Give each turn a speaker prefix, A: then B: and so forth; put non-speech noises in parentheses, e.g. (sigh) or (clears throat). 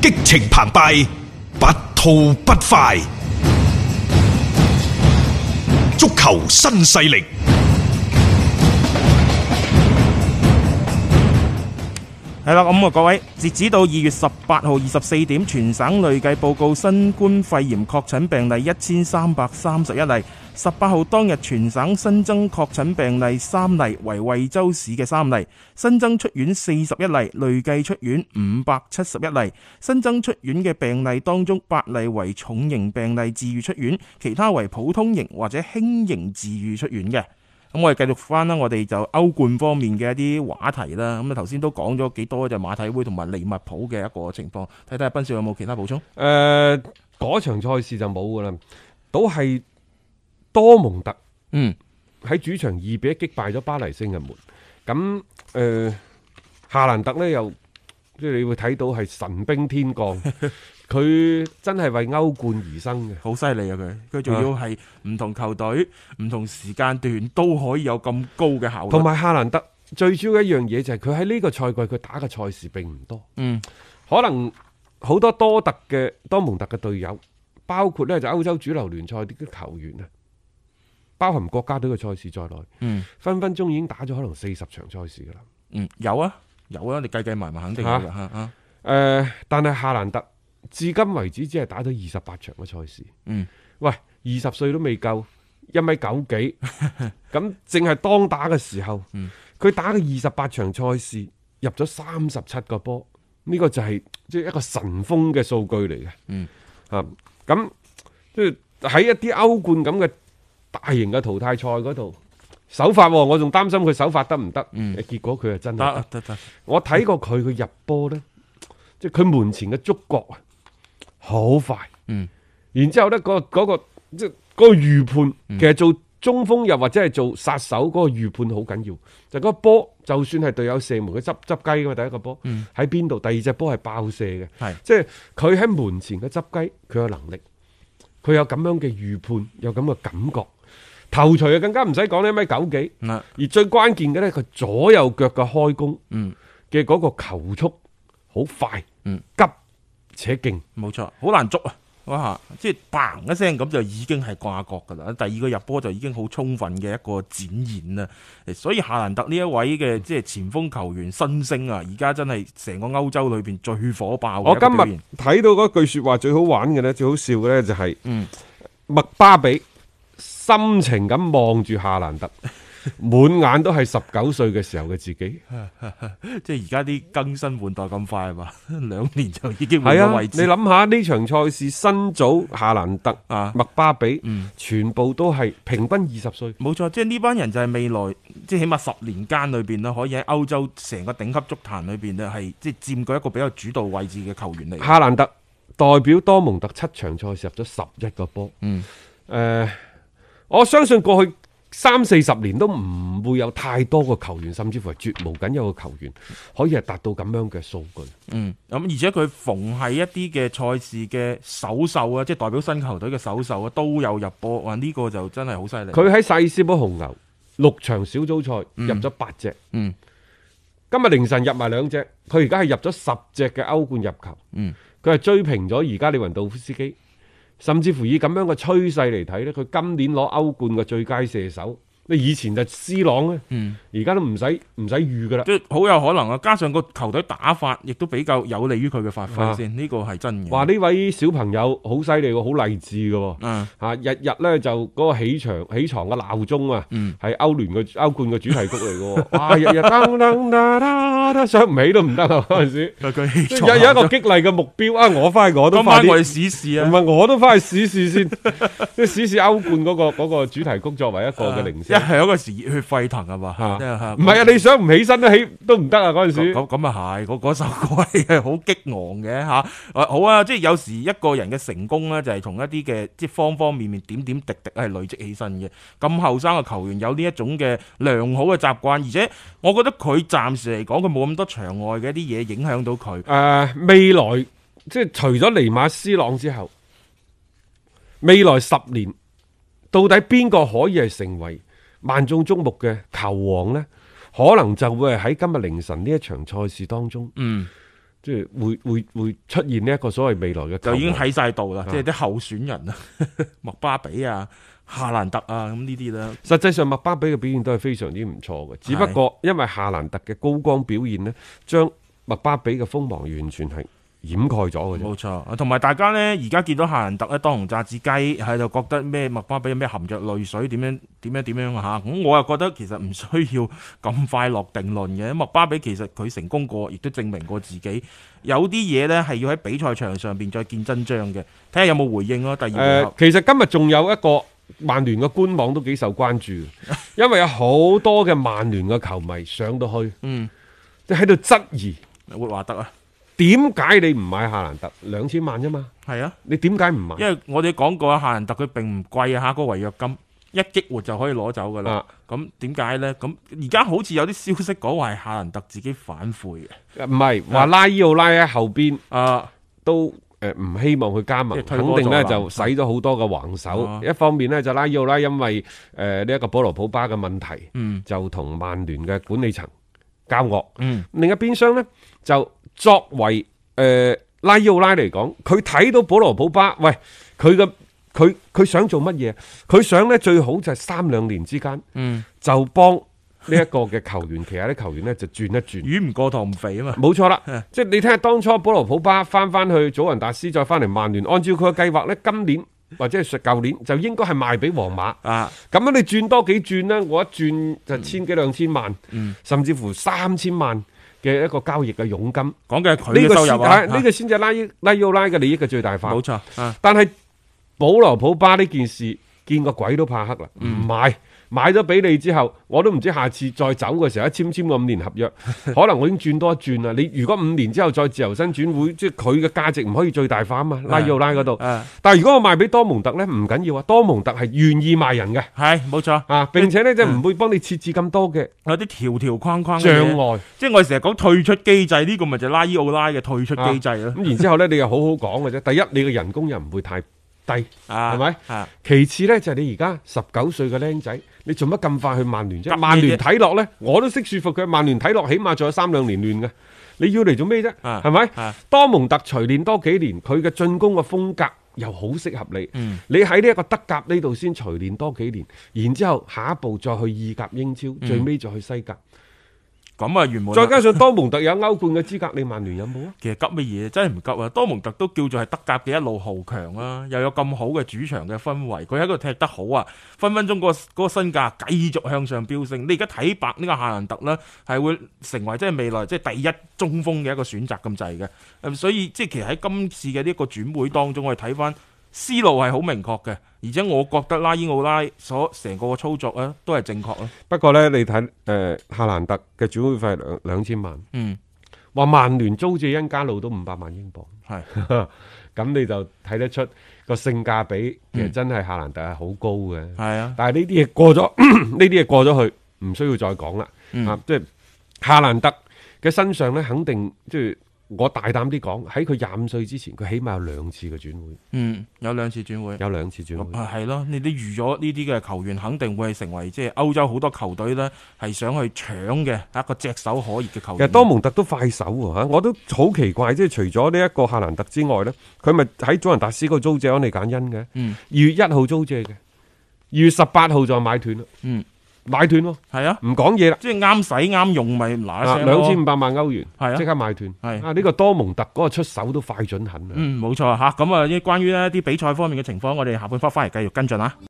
A: 激情澎湃，不吐不快。足球新勢力，
B: 係啦，咁啊，各位，截止到二月十八號二十四點，全省累計報告新冠肺炎確診病例一千三百三十一例。十八號當日全省新增確診病例三例，為惠州市嘅三例；新增出院四十一例，累計出院五百七十一例。新增出院嘅病例當中，八例為重型病例治愈出院，其他為普通型或者輕型治愈出院嘅。咁我哋繼續翻啦，我哋就歐冠方面嘅一啲話題啦。咁啊頭先都講咗幾多就馬體會同埋利物浦嘅一個情況，睇睇阿斌少有冇其他補充？
C: 誒、呃嗰場賽事就冇噶啦，倒係多蒙特
B: 嗯，
C: 喺主場二比一擊敗咗巴黎聖日門。咁誒、呃夏蘭特呢，又即係你會睇到係神兵天降，佢真係為歐冠而生嘅。
B: 好犀利啊佢，佢仲要係唔同球隊、唔同時間段都可以有咁高嘅效率。
C: 同埋夏蘭特最主要一樣嘢就係佢喺呢個賽季佢打嘅賽事並唔多，
B: 嗯，
C: 可能好多多特嘅多蒙特嘅隊友，包括呢就歐洲主流聯賽啲球員啊，包含國家隊嘅賽事在內，
B: 嗯
C: 分分鐘已經打咗可能四十場賽事噶啦。
B: 嗯，有啊有啊，你計計埋埋肯定有㗎嚇嚇
C: 誒、呃但係夏蘭特至今為止只係打咗二十八場嘅賽事。
B: 嗯，
C: 喂，二十歲都未夠，一米九
B: (laughs)
C: 幾，咁淨係當打嘅時候，佢、
B: 嗯
C: 打嘅二十八場賽事入咗三十七個波，呢、個就係即係一個神風嘅數據嚟嘅。
B: 嗯，
C: 啊，咁即係喺一啲歐冠咁嘅大型嘅淘汰賽嗰度。首發喎，我仲擔心佢首發得唔得？
B: 嗯
C: 結果佢係真係得
B: 得得得，
C: 我睇過佢佢入波呢，即係佢門前嘅觸覺啊，好快。
B: 嗯，
C: 然之後呢，嗰、嗰個即係嗰個預判，
B: 嗯
C: 其實做中鋒又或者係做殺手嗰個預判好緊要。就嗰、個波，就算係隊友射門，佢執執雞㗎嘛，第一個波
B: 嗯
C: 喺邊度，第二隻波係爆射嘅，
B: 係
C: 即係佢喺門前嘅執雞，佢有能力，佢有咁樣嘅預判，有咁嘅感覺。頭槌啊，更加唔使講呢，一米九幾。
B: 嗱
C: 而最關鍵嘅呢，佢左右腳嘅開弓，
B: 嗯
C: 嘅嗰個球速好快，
B: 嗯
C: 急且勁。
B: 冇錯，好難捉啊！嗰下即係嘭一聲咁就已經係掛角㗎啦，第二個入波就已經好充分嘅一個展現啦。誒所以夏蘭特呢一位嘅即係前鋒球員新星啊，而家真係成個歐洲裏邊最火爆嘅
C: 我
B: 一
C: 今
B: 個表現。
C: 日睇到嗰句説話最好玩嘅呢，最好笑嘅呢，就係
B: 嗯
C: 麥巴比深情咁望住夏蘭
B: (laughs)
C: 特，滿眼都係十九歲嘅時候嘅自己。
B: 即係而家啲更新換代咁快係嘛， (laughs) 兩年就已經換
C: 係
B: 咗
C: 啊，
B: 位
C: 你
B: 置。
C: 諗下呢場賽事，新祖、夏蘭特、
B: 啊
C: 麥巴比，
B: 嗯
C: 全部都係平均二十歲。
B: 冇錯，即係呢班人就係未來，即係起碼十年間裏邊啦，可以喺歐洲成個頂級足壇裏邊咧，係即係佔據一個比較主導位置嘅球員嚟。
C: 夏蘭特代表多蒙特七場賽事入咗十一個波。
B: 嗯，
C: 誒、我相信過去三四十年都唔會有太多個球員，甚至乎係絕無僅有嘅球員，可以係達到咁樣嘅數據。
B: 嗯，咁而且佢逢係一啲嘅賽事嘅首秀啊，即係代表新球隊嘅首秀啊，都有入波，哇！呢、個就真係好犀利。
C: 佢喺細斯波紅牛六場小組賽入咗八隻，
B: 嗯
C: 今日凌晨入埋兩隻，佢而家係入咗十隻嘅歐冠入球，
B: 嗯
C: 佢係追平咗而家李雲道夫斯基，甚至乎以咁樣嘅趨勢嚟睇呢佢今年攞歐冠嘅最佳射手，你以前就 C 朗呢，
B: 嗯，
C: 而家都唔使唔使預噶啦。
B: 即係好有可能啊！加上個球隊打法亦都比較有利於佢嘅發揮先，呢、個係真嘅。
C: 話啊呢位小朋友好犀利喎，好勵志嘅喎。
B: 嗯
C: 嚇日日咧就嗰個起床起床嘅鬧鐘啊，
B: 嗯
C: 係歐聯嘅歐冠嘅主題曲嚟嘅喎， (laughs) 哇！日日噔噔噔噔噔，想唔起都唔得啊嗰陣時， (laughs)
B: 佢
C: 即係有有一個激勵嘅目標啊！我翻去我都
B: 今
C: 快
B: 晚我哋
C: 啲，唔
B: 試試啊！
C: 係我都翻去試
B: (laughs)
C: 試先，即係試試歐冠嗰個嗰個主題曲作為一個嘅
B: 啊
C: 鈴
B: 一
C: 聲
B: 係嗰個時熱血沸騰係嘛？
C: 嚇
B: 即係嚇
C: 唔係啊！你想唔起身都起都唔得啊！嗰陣時
B: 咁咁啊係，嗰 (laughs) 嗰首歌係好激昂嘅嚇。啊好啊，即係有時一個人嘅成功咧，就係從一啲嘅即係方方面面點點滴滴係累積起身嘅。咁後生嘅球員有呢一種嘅良好嘅習慣，而且我覺得佢暫時嚟講，佢冇咁多場外嘅一啲嘢影響到佢。
C: 誒、呃未來即係除咗尼馬斯朗之後，未來十年到底邊個可以係成為萬眾矚目嘅球王呢？可能就會係喺今日凌晨呢一場賽事當中，
B: 嗯
C: 即係會會會出現呢一個所謂未來嘅
B: 就已經
C: 球王
B: 喺晒度啦，
C: 啊
B: 即係啲候選人啊， (laughs) 莫巴比啊、夏蘭特啊咁呢啲啦，
C: 實際上麥巴比嘅表現都係非常之唔錯嘅，只不過因為夏蘭特嘅高光表現呢，將麥巴比嘅鋒芒完全係掩蓋咗嘅啫。
B: 冇錯。啊同埋大家呢，而家見到夏蘭特咧當紅炸子雞，喺度覺得咩麥巴比有咩含着淚水點樣點樣點樣啊嚇，咁我又覺得其實唔需要咁快落定論嘅。麥巴比其實佢成功過，亦都證明過自己，有啲嘢呢係要喺比賽場上邊再見真章嘅，睇下有冇回應咯。第
C: 誒、
B: 二回合
C: 呃其實今日仲有一個曼聯嘅官網都幾受關
B: (laughs)
C: 注嘅，因為有好多嘅曼聯嘅球迷上到去，
B: 嗯，
C: 即係喺度質疑
B: 活華德啊，
C: 點解你唔買夏蘭特兩千萬啫嘛？
B: 係啊。
C: 你點解唔買？
B: 因為我哋講過啊，夏蘭特佢並唔貴啊，嚇、嗰個違約金一激活就可以攞走噶啦
C: 啊。
B: 咁點解呢？咁而家好似有啲消息講話係夏蘭特自己反悔嘅，
C: 唔係話拉伊奧拉喺後邊。
B: 啊
C: 都誒唔、希望佢加
B: 即
C: 盟，
B: 係退
C: 肯
B: 波
C: 定
B: 助
C: 呢
B: 瀾
C: 就使咗好多嘅橫手。
B: 啊
C: 一方面呢，就拉伊奧拉因為誒呢一個保羅普巴嘅問題，
B: 嗯
C: 就同曼聯嘅管理層交惡。
B: 嗯
C: 另一邊廂呢，就作為誒、呃拉伊奧拉嚟講，佢睇到保羅普巴，喂佢嘅佢佢想做乜嘢？佢想呢最好就係三兩年之間
B: 嗯，
C: 就幫呢一個嘅球員，其他啲球員呢就轉一轉。
B: 魚唔過塘唔肥啊嘛。
C: 冇
B: (laughs)
C: 錯啦，即係你睇下當初保羅普巴翻翻去祖雲達斯，再翻嚟曼聯，按照佢嘅計劃呢，今年或者係舊年就應該係賣俾皇馬。
B: 啊，
C: 咁樣你轉多幾轉呢，我一轉就
B: 嗯
C: 千幾兩千萬，甚至乎三千萬嘅一個交易嘅佣金，呢
B: 講嘅係佢嘅
C: 個
B: 收
C: 先
B: 入啊，
C: 係呢個先至係拉伊拉伊奧拉嘅利益嘅最大
B: 啊
C: 化
B: 冇。錯啊，
C: 但係保羅普巴呢件事，見個鬼都怕黑啦，唔買。買咗俾你之後，我都唔知下次再走嘅時候，一簽簽個五年合約，可能我已經轉多一轉啦。你如果五年之後再自由身轉會，即係佢嘅價值唔可以最大化啊嘛，拉伊奧拉嗰度。
B: 啊
C: 但係如果我賣俾多蒙特呢，唔緊要啊，多蒙特係願意賣人嘅
B: 係冇錯，
C: 啊，並且呢，即係唔會幫你設置咁多嘅
B: 有啲條條框框嘅
C: 障
B: 嘢
C: 礙。
B: 即係我哋成日講退出機制，呢、個咪就係拉伊奧拉嘅退出機制咯。
C: 咁然之後呢，你又好好講嘅啫。第一，你嘅人工又唔會太低。
B: 啊，
C: 係咪
B: 啊？
C: 其次呢，就係、你而家十九歲嘅僆仔，你做乜咁快去曼聯
B: 急咩
C: 啫？
B: 啫
C: 曼聯睇落呢，我都識説服佢。曼聯睇落起碼仲有三兩年亂嘅，你要嚟做咩啫？
B: 啊
C: 係咪、
B: 啊
C: 多蒙特隨練多幾年，佢嘅進攻嘅風格又好適合你。
B: 嗯
C: 你喺呢一個德甲呢度先隨練多幾年，然之後下一步再去意甲、英超，最尾再去西甲。
B: 咁啊，原本
C: 再加上多蒙特有歐冠嘅資格，你曼聯有冇啊？
B: 其實急乜嘢？真係唔急啊！多蒙特都叫做係德甲嘅一路豪強啊，又有咁好嘅主場嘅氛圍，佢喺度踢得好啊，分分鐘嗰、個嗰個身價繼續向上飆升。你而家睇白呢個夏蘭特呢，係會成為即係未來即係第一中鋒嘅一個選擇咁滯嘅。誒所以即係其實喺今次嘅呢個轉會當中，我哋睇翻思路係好明確嘅，而且我覺得拉伊奧拉所成個嘅操作咧都係正確啊咯。
C: 不過呢，你睇誒、呃夏蘭特嘅轉會費係兩兩千萬，
B: 嗯，
C: 話曼聯租借恩加路都五百萬英鎊。
B: 係
C: 咁你就睇得出個性價比其實真係夏蘭特係好高嘅。
B: 係啊，
C: 但係呢啲嘢過咗， (clears throat) 呢啲嘢過咗去，唔需要再講啦。
B: 嗯
C: 啊，即係夏蘭特嘅身上呢，肯定即係我大膽啲講，喺佢廿五歲之前，佢起碼有兩次嘅轉會，
B: 嗯，有兩次轉會。
C: 有兩次轉會。
B: 啊，係咯，你都預咗呢啲嘅球員肯定會係成為即係歐洲好多球隊呢係想去搶嘅一個炙手可熱嘅球
C: 其實
B: 員。
C: 多蒙特都快手喎嚇我都好奇怪，即係除咗呢一個夏蘭特之外呢，佢咪喺祖雲達斯嗰度租借安利簡恩嘅，二
B: 嗯
C: 月一號租借嘅，二月十八號就買斷啦，
B: 嗯，
C: 買斷喎，
B: 係啊，
C: 唔講嘢啦。
B: 即係啱使啱用咪嗱一聲
C: 兩啊千
B: 咯
C: 五。百萬歐元，
B: 係啊
C: 即刻賣斷。
B: 係
C: 啊，呢個多蒙特嗰個出手都快準狠啊！
B: 嗯，冇錯嚇。咁啊，關於呢啲比賽方面嘅情況，我哋下半 part 翻嚟繼續跟進啊。